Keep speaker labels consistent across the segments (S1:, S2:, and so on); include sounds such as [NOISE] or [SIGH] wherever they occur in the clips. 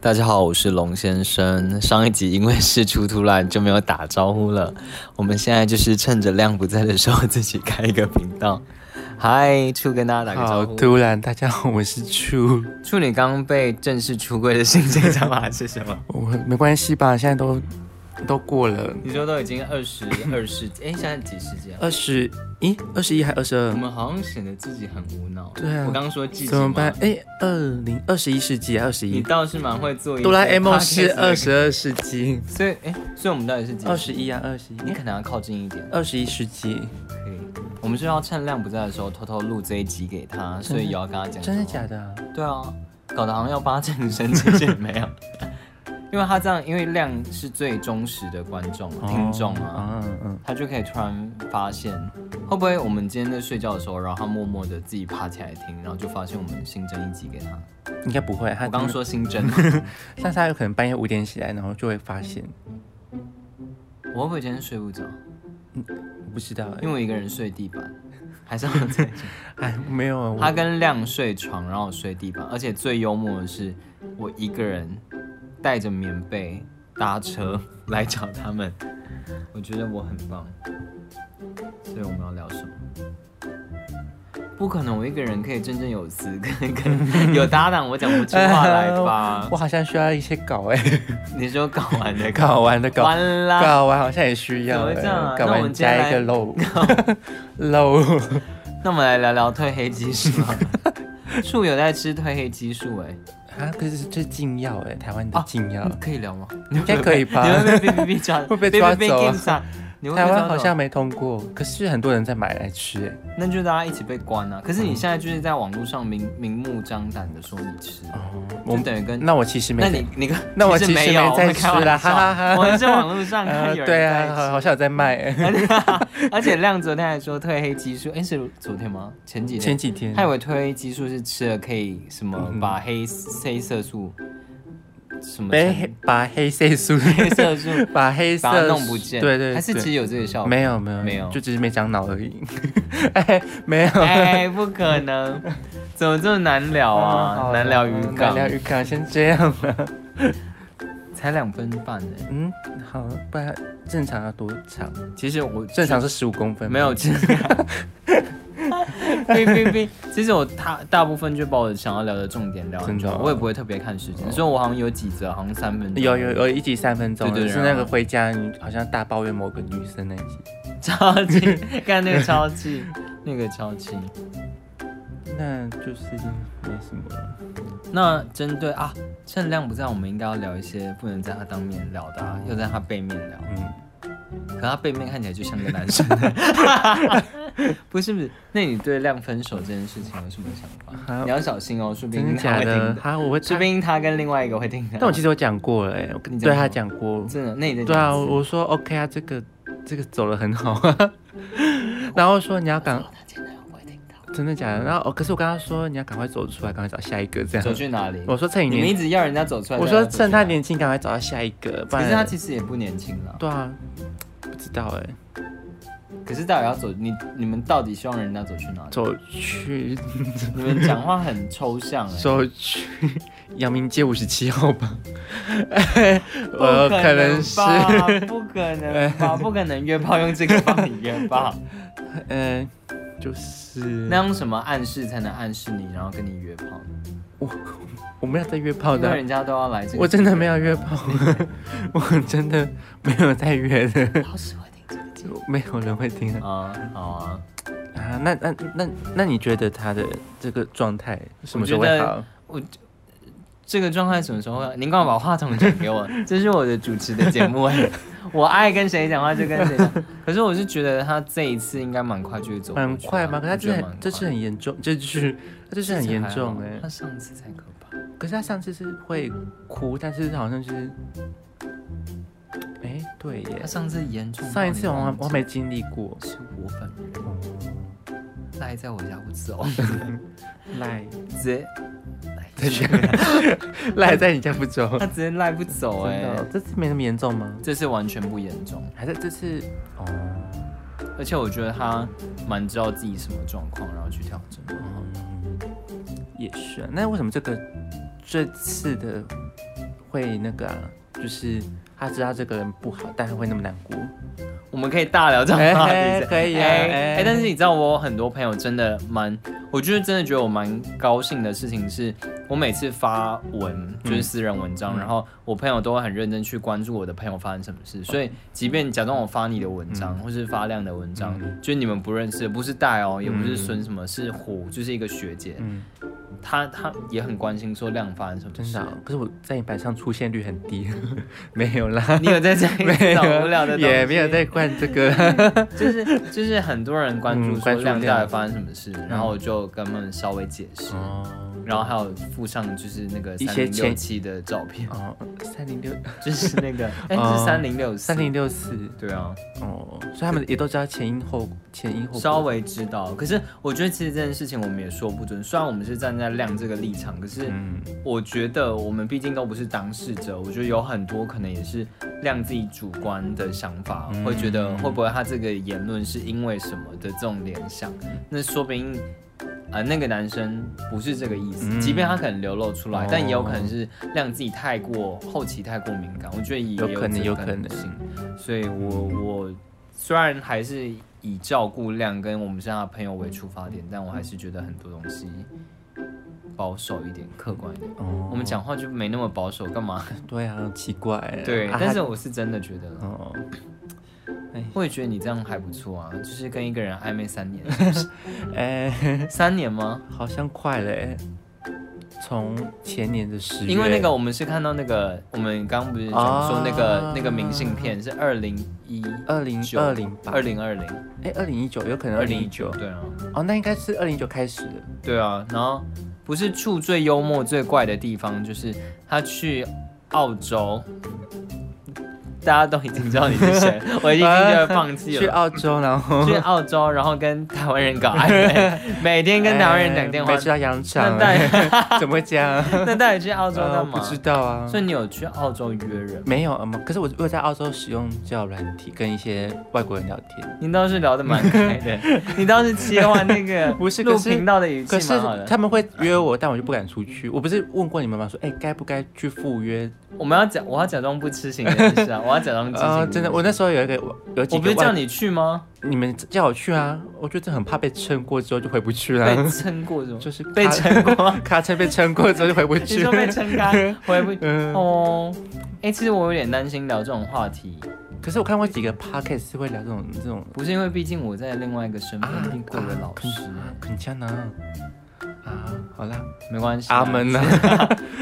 S1: 大家好，我是龙先生。上一集因为事出突然就没有打招呼了，我们现在就是趁着亮不在的时候自己开一个频道。嗨，处跟大家打个
S2: 好
S1: 招呼。
S2: 突然，大家好，我是 Chu，
S1: 处女刚被正式出柜的心情想法是什
S2: [LAUGHS]
S1: 么？
S2: 我没关系吧？现在都都过了
S1: 你说都已经二十二世纪，哎，现在几世纪啊？
S2: 二十一、二十一还二十
S1: 我
S2: 二，
S1: 们好像显得自己很无脑。
S2: 对啊
S1: 我刚说自己
S2: 怎么办？？哎，二零二十一世纪，二十
S1: 你
S2: 一，
S1: 倒是蛮会做一些
S2: 哆啦 A 梦是
S1: podcast 的
S2: 二十二世纪，
S1: 所以哎，所以我们到底是几？
S2: 二十。一啊，二十一，
S1: 你可能要靠近一点。
S2: 二十一世纪，
S1: 可以，我们就要趁亮不在的时候偷偷录这一集给他，所以也要跟他讲。
S2: 真的假？的啊？
S1: 对啊，搞得好像要帮他庆生，其实也没有。 [LAUGHS] 因为他这样，因为亮是最忠实的观众、听众啊，
S2: 哦，嗯嗯，
S1: 他就可以突然发现，会不会我们今天在睡觉的时候，然后他默默的自己爬起来听，然后就发现我们新增一集给他。
S2: 嗯应该不会。他
S1: 我刚刚，说新增，
S2: [LAUGHS] 但是他有可能半夜五点起来，然后就会发现，
S1: 我会不会今天睡不着？
S2: 我不知道欸，
S1: 因为我一个人睡地板，还
S2: [LAUGHS]
S1: 是要在这。
S2: 哎，没有啊，
S1: 他
S2: 我？
S1: 跟亮睡床，然后我睡地板，而且最幽默的是，我一个人带着棉被搭车 [LAUGHS] 来找他们，我觉得我很棒。所以我们要聊什么？不可能，我一个人可以振振有词，跟跟 [LAUGHS] 有搭档，我讲不出话来吧 [LAUGHS]
S2: 我好像需要一些稿哎，
S1: 你说搞完的
S2: 搞完的稿。
S1: 完啦，
S2: 搞啊完好像也需要、
S1: 啊怎么会
S2: 欸
S1: 这样啊
S2: 搞
S1: 那我们
S2: 完
S1: 接下来
S2: 加一个漏 [LAUGHS] 漏，
S1: 那我们来聊聊褪黑激素吧。 [LAUGHS] 树有在吃褪黑激素
S2: [LAUGHS]
S1: 哎、
S2: 啊，可是这是禁药哎，台湾的禁药，
S1: 可以聊吗？
S2: 应该可以吧
S1: 哦 [LAUGHS] 你？会被 B B B 抓，
S2: [LAUGHS] 会被抓走啊
S1: 禁散你会被
S2: 台
S1: 抓
S2: 湾
S1: 走
S2: 好像没通过，可是很多人在买来吃哎。
S1: 那就大家一起被关啊。可是你现在就是在网络上明明目张胆的说你吃，
S2: 哦，
S1: 就
S2: 我
S1: 等于跟
S2: 那我其实没
S1: 那
S2: 在，
S1: 你你跟
S2: 那我
S1: 其
S2: 其实
S1: 没有
S2: 没在吃啦，哈哈
S1: 我
S2: 哈。
S1: 们在网络上看有人在吃、
S2: [LAUGHS] 对啊，好好像有在卖哎。
S1: 而且亮昨天还说褪黑激素，哎、是昨天吗？前几
S2: 前
S1: 天，
S2: 几天嗯
S1: 他以为褪黑激素是吃了可以什么把黑、黑色素什么
S2: 被
S1: 成
S2: 黑把黑
S1: [LAUGHS]
S2: 色素
S1: 黑色素
S2: 把 [LAUGHS] 黑
S1: 把它
S2: 色
S1: 弄不见，
S2: 对对，
S1: 还是
S2: 对
S1: 其实有这个效果。
S2: 没有没有
S1: 没有
S2: 就只是没长脑而已。 [LAUGHS] 哎，没有。
S1: 哎，不可能，怎么这么难聊
S2: 嗯
S1: 啊？
S2: 好
S1: 难聊
S2: 嗯
S1: 渔
S2: 难
S1: 港，
S2: 聊渔港，先这样了。
S1: 才两分半呢。
S2: 嗯，好，不然正常要多长？
S1: 其实我
S2: 正常是十五公分，
S1: 没有这
S2: [LAUGHS]
S1: 样。哔哔哔！其实我大大部分就把我想要聊的重点聊完
S2: 真
S1: 就
S2: 的
S1: 好，
S2: 哦
S1: 我也不会特别看时间，所以我好像有几则，好像三分钟，
S2: 有有有一集三分钟，啊
S1: 对对
S2: 就是那个回家你好像大抱怨某个女生那一集。
S1: 超 [LAUGHS] 气，看那个超气，那个超气。
S2: 那就是没什么了。
S1: 那针对啊，趁亮不在，我们应该要聊一些不能在他当面聊的、啊，又在他背面聊。
S2: 嗯，
S1: 可他背面看起来就像个男生，不是不是？那你对亮分手这件事情有什么想法？
S2: 啊
S1: 你要小心哦，说不
S2: 真
S1: 定他
S2: 的假
S1: 会听
S2: 的？
S1: 的，
S2: 哈，我会
S1: 说不定他跟另外一个会听的。
S2: 但我其实有讲过了，哎，我
S1: 你讲什
S2: 对
S1: 么
S2: 他讲过。
S1: 真的，那你在
S2: 对啊，我我说 OK 啊，这个这个走了很好
S1: [LAUGHS]
S2: 啊。然后说你要赶，
S1: 他前男友会听到。
S2: 真的假的？然后哦，可是我跟他说你要赶快走出来，赶快找下一个这
S1: 走
S2: 样。
S1: 去哪里？
S2: 我说趁
S1: 你们一
S2: 年，
S1: 直要人家走出来。
S2: 我说
S1: 让走出来
S2: 趁他，年轻，赶快找到下一个，不
S1: 可是他
S2: 然
S1: 其实也不年轻了。
S2: 对啊，不知道哎、
S1: 可是到底要走，你你们到底希望人家走去哪
S2: [LAUGHS]
S1: 里？
S2: 走去
S1: 你们讲话很抽象哎。
S2: 走去阳明街五十七号吧，
S1: 不
S2: [LAUGHS] 呃，
S1: 可
S2: 可能是，
S1: 吧，不可能吧，不可能约炮用这个帮你约炮。
S2: 嗯、就是
S1: 那用什么暗示才能暗示你，然后跟你约炮？
S2: 我们要在约炮
S1: 因为
S2: 的，啊
S1: 人家都要来这个，
S2: 我真的没有约炮， [LAUGHS] 我真的没有在约的，
S1: 老师会听这个
S2: 没有人会听的
S1: 啊，好啊。
S2: 啊。那那那那你觉得他的这个状态什么时候
S1: 我觉
S2: 会
S1: 得
S2: 好？
S1: 这个状态什么时候会？您刚把话筒转给
S2: [LAUGHS]
S1: 我，这是我的主持的节目 [LAUGHS] 哎，我爱跟谁讲话就跟谁讲。可是我是觉得他这一次应该蛮快就会走过去了，啊
S2: 蛮快吗？可是他
S1: 我觉
S2: 这
S1: 得蛮
S2: 很
S1: 快
S2: 这次很严重，这次他这次很严重哎、
S1: 啊他上次才可怕。
S2: 可是他上次是会哭，但是好像就是，哎、对耶
S1: 他，上次严重到
S2: 上一次
S1: 你
S2: 我
S1: 忘
S2: 还
S1: 记
S2: 我还没经历过，
S1: 是我本人赖在我家不
S2: [LAUGHS]
S1: 走，
S2: 赖
S1: 直接
S2: 在 [LAUGHS] 赖在你家不走，
S1: 他直接赖不走
S2: 真
S1: 哎、
S2: 的哦，这次没那么严重吗？
S1: 这次完全不严重。
S2: 还是这次哦，
S1: 而且我觉得他蛮知道自
S2: 嗯
S1: 己什么状况，然后去调整。
S2: 也是啊。那为什么这个这次的会那个啊，就是他知道这个人不好，但他会那么难过。
S1: 我们可以大聊这种话题
S2: 哎哎可以啊
S1: 哎
S2: 哎
S1: 哎但是你知道，我有很多朋友真的蛮，我就是真的觉得我蛮高兴的事情是，我每次发文就是私人文章，
S2: 嗯
S1: 然后我朋友都会很认真去关注我的朋友发生什么事，所以即便假装我发你的文
S2: 嗯
S1: 章、或是发亮的文章，就是你们不认识的，不是戴哦，也不是孙什么，是虎，就是一个学姐，
S2: 嗯，
S1: 她她也很关心说亮发生什么
S2: 真
S1: 事
S2: 的、。哦。可是我在你板上出现率很低， [LAUGHS] 没
S1: [LAUGHS]
S2: 有啦，
S1: 嗯你有在这里
S2: 没
S1: 找无聊的东
S2: 有，
S1: 西
S2: [LAUGHS] 也没有在灌这个。
S1: 就是就是很多人关注
S2: 嗯
S1: 说
S2: 关注
S1: 亮
S2: 量嗯
S1: 到底发生什么事，然后我就跟他们稍微解释，
S2: 哦
S1: 然后还有附上就是那个
S2: 一
S1: 三
S2: 些
S1: 零六
S2: 前
S1: 七的照片，
S2: [LAUGHS] 哦，三零六
S1: 就是那
S2: [LAUGHS]
S1: 个哎、
S2: 哦
S1: 是三零六
S2: 三零六四
S1: 对啊，
S2: 哦，所以他们也都知道前因后前因后果
S1: 稍微知道。可是我觉得其实这件事情我们也说不准，虽然我们是站在亮这个立场，可是
S2: 嗯
S1: 我觉得我们毕竟都不是当事者，我觉得有很多可能也是亮自己主观的想法，
S2: 嗯
S1: 会觉得会不会他这个言论是因为什么的这种联想，
S2: 嗯
S1: 那说不定。啊、那个男生不是这个意思，
S2: 嗯
S1: 即便他可能流露出来，
S2: 哦
S1: 但也有可能是亮自己太过后期太过敏感，我觉得也
S2: 有可能
S1: 有
S2: 有
S1: 这
S2: 可
S1: 个
S2: 能
S1: 性。所以我我虽然还是以照顾亮跟我们现在的朋友为出发点，但我还是觉得很多东西保守一点、客观一点。
S2: 哦
S1: 我们讲话就没那么保守，干 [LAUGHS] 嘛？
S2: 对啊，奇怪欸
S1: 对，
S2: 啊
S1: 但是我是真的觉得啦，
S2: 哦，
S1: 我也觉得你这样还不错啊，就是跟一个人暧昧三 [LAUGHS] 年，
S2: 哎、
S1: 三年吗？
S2: 好像快了欸从前年的十月，
S1: 因为那个我们是看到那个，我们刚不是讲说那个、那个明信片是二零一
S2: 二零二零吧
S1: 二，零二零
S2: 哎，二零一九有可能二
S1: 二
S2: 零
S1: 零
S2: 一
S1: 一九，
S2: 九
S1: 对啊，
S2: 哦，那应该是二零一九开始的，
S1: 对啊，然后不是处最幽默最怪的地方，就是他去澳洲，大家都已经知道你是谁，我已经觉得放弃
S2: 去
S1: 了。
S2: 澳洲，然后
S1: 去澳洲，然后跟台湾人搞暧
S2: [LAUGHS]
S1: 昧，每天跟台湾人讲电话
S2: 哎没。吃到羊
S1: 那
S2: 肠，
S1: 带
S2: [LAUGHS] 怎么会这样？
S1: [LAUGHS] 那带你去澳洲
S2: 呃
S1: 干
S2: 不
S1: 嘛？
S2: 知道啊，
S1: 所以你有去澳洲约人？
S2: 没有，嗯，可是我我有在澳洲使用交友软体，跟一些外国人聊天，
S1: 你倒是聊得蛮开的，你倒是切换那个
S2: [LAUGHS] 不是
S1: 录
S2: 可是
S1: 频道的语气
S2: 可是
S1: 蛮好的。
S2: 他们会约我，但我就不敢出去。我不是问过你们吗？说，哎，该不该去赴约？
S1: 我们要假，我要假装不痴情这件
S2: [LAUGHS]
S1: 事啊，我要假装知情这件
S2: 啊、
S1: 事。
S2: 真的，我那时候有一个有几
S1: 我不
S2: 个
S1: 是
S2: 外
S1: 叫你去吗？
S2: 你们叫我去啊，我觉得很怕被撑过之后就回不去
S1: 被
S2: 了，
S1: 撑过是吗？
S2: 啊就是
S1: 被
S2: 卡
S1: 撑过，
S2: [LAUGHS] 卡车被撑过之后就回
S1: [LAUGHS]
S2: 不
S1: 你
S2: 去
S1: 说
S2: 了。
S1: 被撑开，回不
S2: [LAUGHS] 嗯，
S1: 哦。哎、其实我有点担心聊这种话题，
S2: 可是我看过几个 podcast 是会聊这种这种
S1: 不是因为毕竟我在另外一个身份
S2: 啊，
S1: 并贵为老师，
S2: 肯加呢啊，好啦，
S1: 没关系啊。
S2: 阿门呐，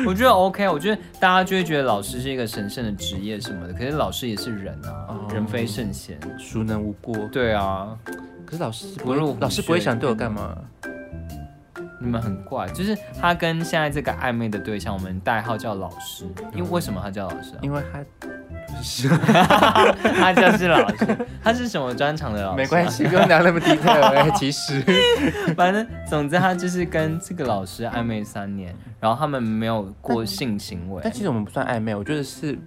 S1: 我觉得 OK，我觉得大家就会觉得老师是一个神圣的职业什么的，可是老师也是人啊，
S2: 哦
S1: 人非圣贤。
S2: 孰能无过？
S1: 对啊，
S2: 可是老师不
S1: 不入
S2: 会
S1: 虎，
S2: 老师不会
S1: 穴
S2: 想对我干嘛？
S1: 你们很怪，就是他跟现在这个暧昧的对象，我们代号叫老师，因为为什么他叫老师啊？
S2: 嗯因为他 [LAUGHS] 是
S1: 他就是老
S2: [LAUGHS]
S1: 师，他是什么专场的老师、
S2: 没关，系，不用聊那么
S1: [LAUGHS]
S2: detail 哎，其实
S1: 反正总之他就是跟这个老师暧昧三年，然后他们没有过性行为
S2: 但，其实我们不算暧昧，我觉得是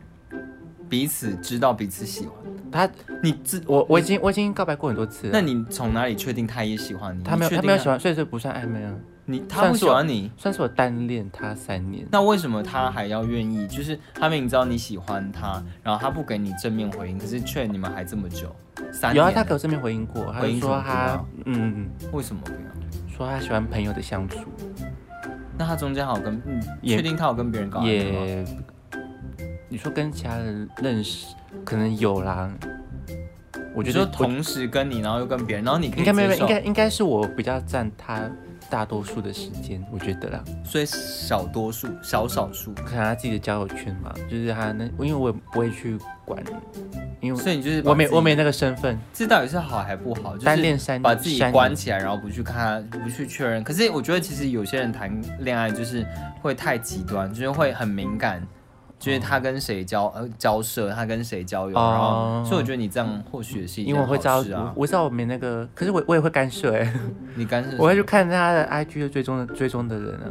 S1: 彼此知道彼此喜欢。
S2: 他，
S1: 你自
S2: 我我已经我已经告白过很多次了。
S1: 那你从哪里确定他也喜欢你？
S2: 他没有，
S1: 你确
S2: 他
S1: 定啊
S2: 没有喜欢，所以这不算暧昧啊，
S1: 你，他不喜欢你，
S2: 算是我单恋他三年。
S1: 那为什么他还要愿意？就是他明知道你喜欢他，然后他不给你正面回应，可是却你们还这么久，三年
S2: 有啊，
S1: 了，
S2: 他给我正面回应过，他
S1: 回
S2: 就
S1: 应什
S2: 说
S1: 么
S2: 他，嗯，
S1: 为什么不要？
S2: 说他喜欢朋友的相处，
S1: 那他中间好跟，嗯
S2: 也
S1: 确定他有跟别人搞暧昧吗？
S2: 也，你说跟其他人认识，可能有啦。我
S1: 我
S2: 觉
S1: 觉
S2: 得
S1: 得同时跟你，然后又跟别人，然后你可
S2: 应
S1: 以
S2: 该没有，
S1: 接
S2: 应
S1: 受，
S2: 该应该是我比较占他大多数的时间，我觉得啦，
S1: 所以少多数，少少数，
S2: 可能他自己的交友圈嘛，就是他那，因为我也不会去管，因为
S1: 所以你就是把
S2: 嗯我没
S1: 自己
S2: 我没那个身份，
S1: 这到底是好还不好？就
S2: 单
S1: 是
S2: 恋三
S1: 把自己
S2: 三
S1: 关
S2: 年
S1: 起来，然后不去看他，不去确认。可是我觉得其实有些人谈恋爱就是会太极端，就是会很敏感。就是他跟谁交呃交涉，他跟谁交友，然后
S2: 哦
S1: 所以我觉得你这样或许也是一
S2: 因
S1: 件
S2: 为我会知道，
S1: 好事啊
S2: 我。我知道我没那个，可是我我也会干涉哎、
S1: 你干涉什么
S2: 我会去看他的 IG 的追踪的追踪的人啊，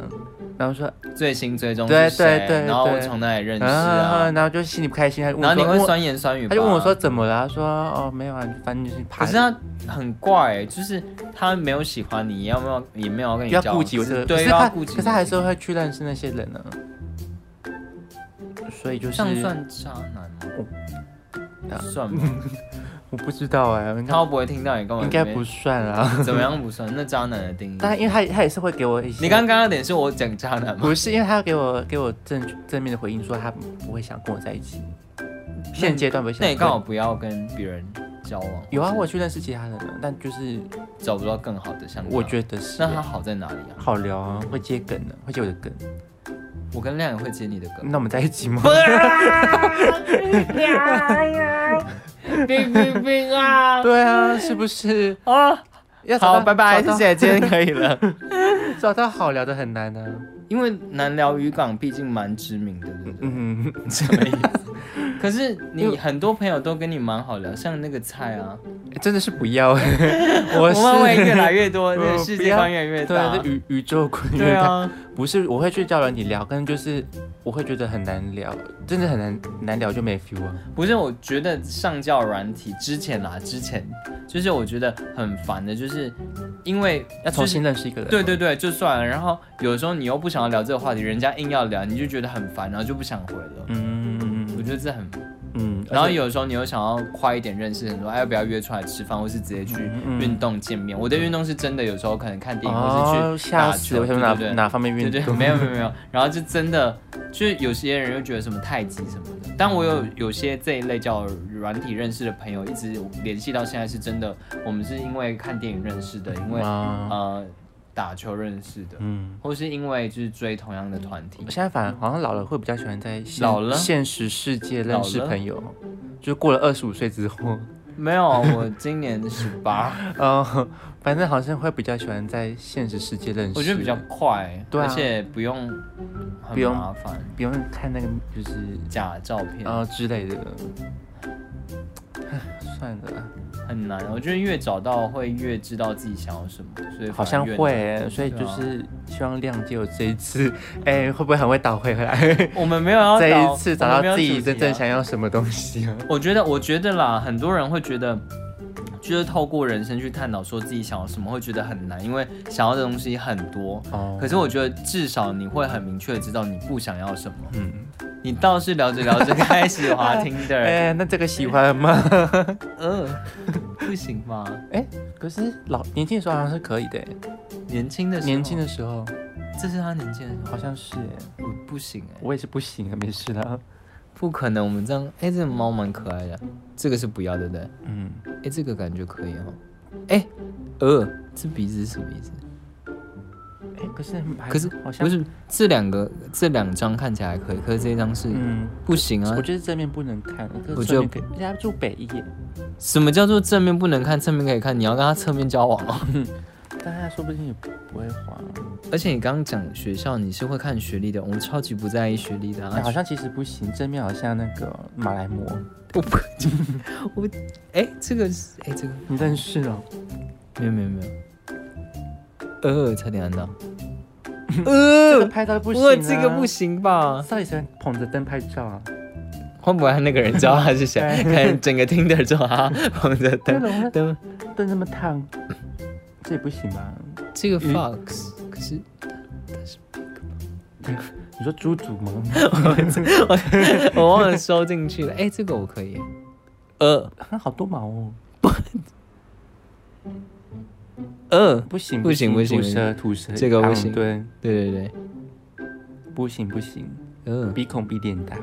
S2: 然后说
S1: 最新追踪
S2: 对
S1: 是谁
S2: 对对
S1: 然后我
S2: 对
S1: 从哪里认识
S2: 啊，
S1: 啊？
S2: 然后就心里不开心，他就问
S1: 然
S2: 我
S1: 后你会
S2: 说，哦问我
S1: 酸言酸语吧，
S2: 他就问我说怎么了，他说哦没有啊，反正就是
S1: 可
S2: 爬
S1: 是，他很怪、欸就是他没有喜欢你，也没有也没有要跟
S2: 不
S1: 你
S2: 要
S1: 交往，
S2: 顾及我
S1: 可
S2: 这
S1: 是
S2: 个，
S1: 对，
S2: 可
S1: 又
S2: 是
S1: 要
S2: 他
S1: 顾及你。
S2: 可是他还是会去认识那些人呢、啊所以就
S1: 这样
S2: 是
S1: 算渣男吗？算吗？
S2: 我不知道哎、应
S1: 他
S2: 该
S1: 会不会听到你跟我
S2: 应该不算啊。
S1: 怎么样不算？那渣男的定义？
S2: 但因为他他也是会给我一些，
S1: 你刚刚的点是我讲渣男吗？
S2: 不是因为他给我给我正正面的回应说他不会想跟我在一起，现阶段不会想
S1: 那
S2: 跟。
S1: 你刚好不要跟别人交往。
S2: 有啊，
S1: 或
S2: 我去认识其他人了，但就是
S1: 是找不到更好的像他
S2: 我觉得是
S1: 嗯那他好在哪里啊？
S2: 好聊啊，会接梗的，会接我的梗。
S1: 我跟亮也会接你的梗。
S2: 那我们在
S1: [LAUGHS]
S2: 一起吗？ [LAUGHS]
S1: 冰冰冰啊！
S2: 对啊，是不是？
S1: 啊，
S2: 要
S1: 好，
S2: 找到
S1: 拜拜，谢
S2: 找到
S1: 谢，今天可以了。
S2: 找到好聊的很难呢、啊。
S1: 因为南寮渔港毕竟蛮知名的，对不对？
S2: 嗯，
S1: 什么意思？可是你很多朋友都跟你蛮好聊，像那个菜啊，
S2: 真的是不要、 [LAUGHS] 我
S1: 我
S2: 是
S1: 们会越来越多，
S2: 呃
S1: 那个世界观越来越
S2: [LAUGHS] 对
S1: 大。啊
S2: 这宇宇宙观
S1: 对啊，
S2: 不是，我会去交软体聊，但就是我会觉得很难聊，真的很难难聊就没 feel 啊。
S1: 不是，我觉得上教软体之前啦，之前就是我觉得很烦的，就是因为
S2: 要重新认识一个人，
S1: 对对对，就算了。然后有时候你又不想要聊这个话题，人家硬要聊，你就觉得很烦，然后就不想回了。
S2: 嗯
S1: 我
S2: 嗯
S1: 觉得这很烦，
S2: 嗯，
S1: 然后
S2: 而且
S1: 有时候你又想要快一点认识很多，哎，要不要约出来吃饭，或是直接去
S2: 嗯
S1: 运动见面？我的运动是真的，有时候可能看电影，
S2: 哦，
S1: 或是去打球，
S2: 吓死了！我想哪
S1: 对对对
S2: 哪方面运
S1: 对对，
S2: 动？
S1: 没有
S2: [LAUGHS]
S1: 没有没有，然后就真的就是有些人又觉得什么太极什么的，但我有有些这一类叫软体认识的朋友，一直联系到现在是真的，我们是因为看电影认识的，因为
S2: 啊，
S1: 呃打球认识的，
S2: 嗯，
S1: 或是因为就是追同样的团体
S2: 我，现在反而好像老了会比较喜欢在现
S1: 老了
S2: 现实世界认识
S1: 老了
S2: 朋友，就是过了二十五岁之后， [LAUGHS]
S1: 没有，啊我今年十八，
S2: 呃，反正好像会比较喜欢在现实世界认识。
S1: 我觉得比较快，
S2: 对啊
S1: 而且不用很
S2: 不用
S1: 麻烦，
S2: 不用看那个就是
S1: 假照片、
S2: 呃之类的，唉算了，
S1: 很难，我觉得越找到会越知道自己想要什么，所以
S2: 好像
S1: 反而越
S2: 会
S1: 难
S2: 欸，所以
S1: 对
S2: 就
S1: 啊
S2: 是希望谅解我这一次，哎、会不会很会倒回回来？
S1: 我们没有要
S2: 这
S1: 找
S2: 一次找到自己真
S1: 我们没
S2: 正。
S1: 有主题
S2: 想
S1: 啊
S2: 要什么东西啊？
S1: 我觉得，我觉得啦，很多人会觉得，就是透过人生去探讨说自己想要什么，会觉得很难，因为想要的东西很多。
S2: 哦，
S1: 可是我觉得至少你会很明确地知道你不想要什么。
S2: 嗯，
S1: 你倒是聊着聊着开始
S2: [LAUGHS]
S1: 滑听
S2: 哎、
S1: 的，
S2: 那这个喜欢吗？ [LAUGHS]
S1: 呃，不行吗？
S2: 哎、可是老年轻的时候好像是可以的欸，
S1: 年轻的时候，
S2: 年轻
S1: 的，
S2: 的时候
S1: 这是他年轻的时候，
S2: 好像是欸，
S1: 我不行哎、
S2: 我也是不行啊，没事啦。
S1: 不可能，我们这样，哎、这个猫蛮可爱的，这个是不要对不对？
S2: 嗯，
S1: 哎、这个感觉可以哦。哎、呃，这鼻子是什么意思？
S2: 哎、可是还
S1: 可是
S2: 好像
S1: 不是这两个这两张看起来还可以，可是这张是、
S2: 嗯。
S1: 不行啊
S2: 我。觉得正面不能看，可
S1: 我
S2: 是
S1: 觉得
S2: 正面可以。人家住北一耶，
S1: 什么叫做正面不能看，侧面可以看？你要跟他侧面交往哦。 [LAUGHS]
S2: 但他说不定也不会滑。
S1: 而且你刚刚讲学校，你是会看学历的，我们超级不在意学历的
S2: 哎好
S1: 啊。
S2: 像其实不行，正面好像那个马来貘，
S1: 我不， [LAUGHS] 我哎、这个是哎、这个
S2: 你认识哦？
S1: 没有没有没有，呃，差点按
S2: [LAUGHS]
S1: 到，
S2: 这个
S1: 呃，
S2: 拍照不行、啊
S1: 我，这个不。行吧？
S2: 到底谁捧着灯拍照啊？
S1: [LAUGHS] 会不会那个人知道他是谁？
S2: 哎
S1: 可能整个 Tinder 之后，他 [LAUGHS] 捧着灯
S2: 灯笼
S1: 灯，
S2: 灯那么烫，这也不行吧？
S1: 这个
S2: 嗯
S1: Fox 可 [LAUGHS] 是
S2: 你说猪猪吗？ [LAUGHS]
S1: 我忘了收进去了。哎、这个我可以。呃
S2: 啊好多毛哦，
S1: 呃，
S2: 不行
S1: 不行
S2: 行
S1: 不行
S2: 吐舌吐舌，
S1: 这个不
S2: 昂
S1: 行
S2: 对，
S1: 对对对，
S2: 不行不行，
S1: [LAUGHS] 嗯、
S2: 鼻孔比脸大，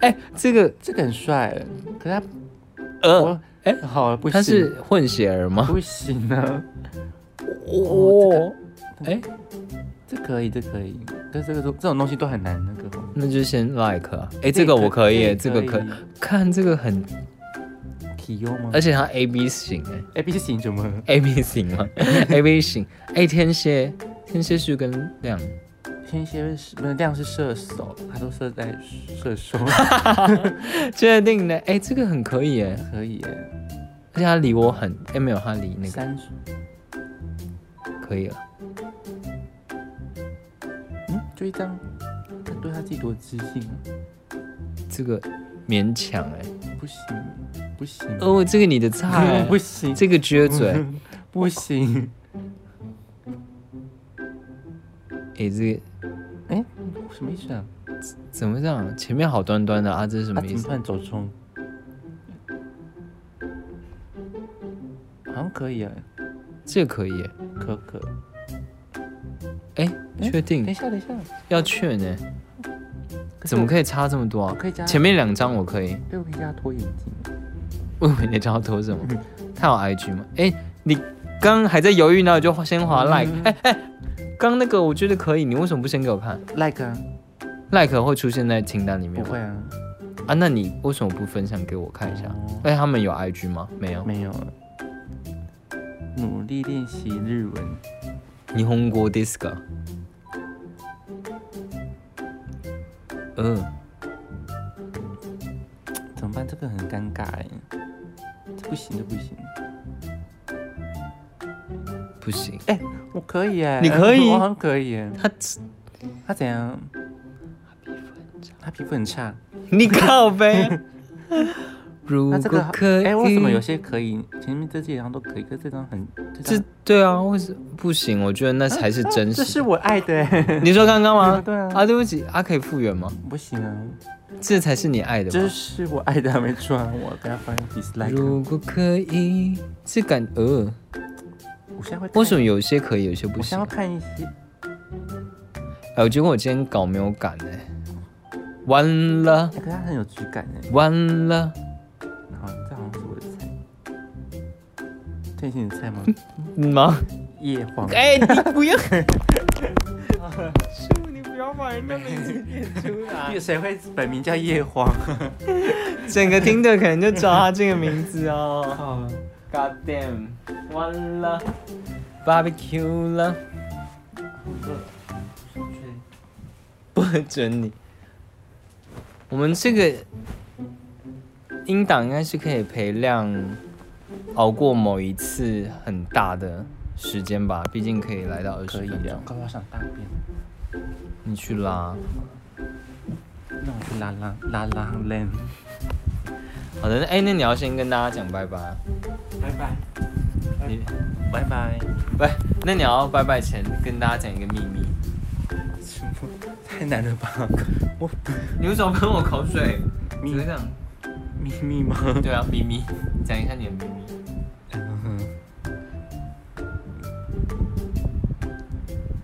S1: 哎、这个
S2: 这个很帅，可是他
S1: 呃，
S2: 我
S1: 哎
S2: 好不行，
S1: 他是混血儿吗？
S2: 不行啊，
S1: 哦，哎、
S2: 这可以这可以，但是这个都这种东西都很难那个哦。
S1: 那就先 like 啊。哎、这个我可以，这个可以。看这个很，
S2: 体优吗
S1: 而且它 A B 型哎、
S2: ？A B 型怎么？
S1: a B 型 [LAUGHS] 吗？A B 型，哎、天蝎，天蝎是跟亮，
S2: 天蝎是不是亮是射手，他都射在射手，
S1: 确定的，哎、这个很可以哎、
S2: 可以耶。
S1: 而且他离我很，哎、没有，他离那个
S2: 三十，
S1: 可以了，
S2: 嗯，就一张，他对他自己多自信啊，
S1: 这个勉强哎、
S2: 不行，不行，
S1: 哦，这个你的菜
S2: [LAUGHS] ，不行，
S1: 这个撅
S2: [LAUGHS]
S1: 嘴，哎、
S2: 不行，
S1: 这个
S2: 哎，什么意思啊？
S1: 怎么会这样？前面好端端的啊，这是什
S2: 他
S1: 么意
S2: 怎么
S1: 思
S2: 突？然走中？好像可以啊，
S1: 这个可以耶，
S2: 可可。
S1: 哎、
S2: 哎
S1: 确
S2: 等一
S1: 定
S2: 下，等一下，
S1: 要确呢？
S2: 可是
S1: 怎么
S2: 我
S1: 可以差这么多啊
S2: 我？可以加
S1: 前面两张我可以， [LAUGHS]
S2: 对，我可以加脱眼镜。
S1: 我以为你知道投什么？
S2: 嗯
S1: 他有 IG 吗？哎、你刚还在犹豫呢，你就先
S2: 啊
S1: 滑
S2: 嗯
S1: like。哎哎、刚那个我觉得可以，你为什么不先给我看
S2: like 啊，
S1: ？like 会出现在清单里
S2: 不
S1: 面吗
S2: 会啊，
S1: 啊？那你为什么不分享给我看一下
S2: 哦？
S1: 哎、他们有 IG 吗？没有。
S2: 没有啊。努力练习日文，
S1: 霓虹国 disco。嗯、
S2: 怎么办？这个很尴尬哎，这不行，这不行。
S1: 不行，
S2: 我可以哎，
S1: 你可以
S2: [LAUGHS] 我好像可以哎。
S1: 他
S2: 他怎样？他皮肤很差。
S1: [LAUGHS] 你靠呗。 [LAUGHS] 如
S2: 那
S1: 果
S2: 这个好
S1: 可以，
S2: 哎，为什么有些可以？前面这几张都可以，可是这张很
S1: 这
S2: 张
S1: 对啊？为什不行？我觉得那啊才是真
S2: 这
S1: 实
S2: 是
S1: 的。
S2: 我爱的哎。
S1: 你说刚刚吗？
S2: 对啊
S1: 啊，对不起，啊，可以复原吗？
S2: 不行啊，
S1: 这才是你爱的
S2: 这
S1: 吧？
S2: 是我爱的还没穿，我等下放 dislike。
S1: 如果可以，这感呃，
S2: 我现在会看
S1: 为什么有些可以，有些不
S2: 我现
S1: 行啊？
S2: 在要看一些，
S1: 哎，我觉得我今天稿没有赶哎，完了
S2: 哎可是它很有质感哎。
S1: 完了，
S2: 好，这好像是我的菜。这是你的
S1: [LAUGHS]
S2: 菜吗？
S1: 嗯吗？
S2: 叶
S1: [LAUGHS]
S2: 黄。
S1: 哎，你不要！师傅，你不要把人家名字念出来。
S2: 叶谁会本名叫叶黄？
S1: [LAUGHS] 整个听的可能就找他这个名字哦。
S2: 好，
S1: God damn，完了，barbecue 了，不准你。我们这个音档应该是可以陪亮熬过某一次很大的时间吧，毕竟 [LAUGHS] 可以啊来到二十
S2: 可以
S1: 分
S2: 的
S1: 钟。。
S2: 刚刚想大便，
S1: 你去拉。
S2: 那我去拉拉拉拉 land。
S1: 好的，那哎、那你要先跟大家讲拜拜啊。
S2: 拜拜，
S1: 你
S2: 拜
S1: [LAUGHS]
S2: 拜。
S1: 不，那你要拜拜前跟大家讲一个秘密。
S2: 什么太难了吧？我
S1: 你为什么喷我口水？
S2: 秘
S1: 你这样？
S2: 秘密吗？ [LAUGHS]
S1: 对啊，秘密，讲一下你的秘密。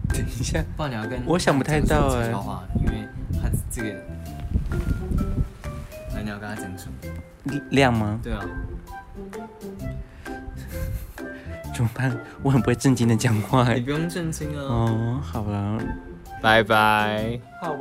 S2: 等一下，
S1: 不然你要跟
S2: 我想不太到
S1: 这个
S2: 哎
S1: 说话，啊因为他这个，来你要跟他讲什么？
S2: 亮吗？
S1: 对啊，
S2: 怎么办？我很不会正经的讲话
S1: 你
S2: 哎。
S1: 不用震惊啊。
S2: 哦，好了。
S1: 拜拜。
S2: 好。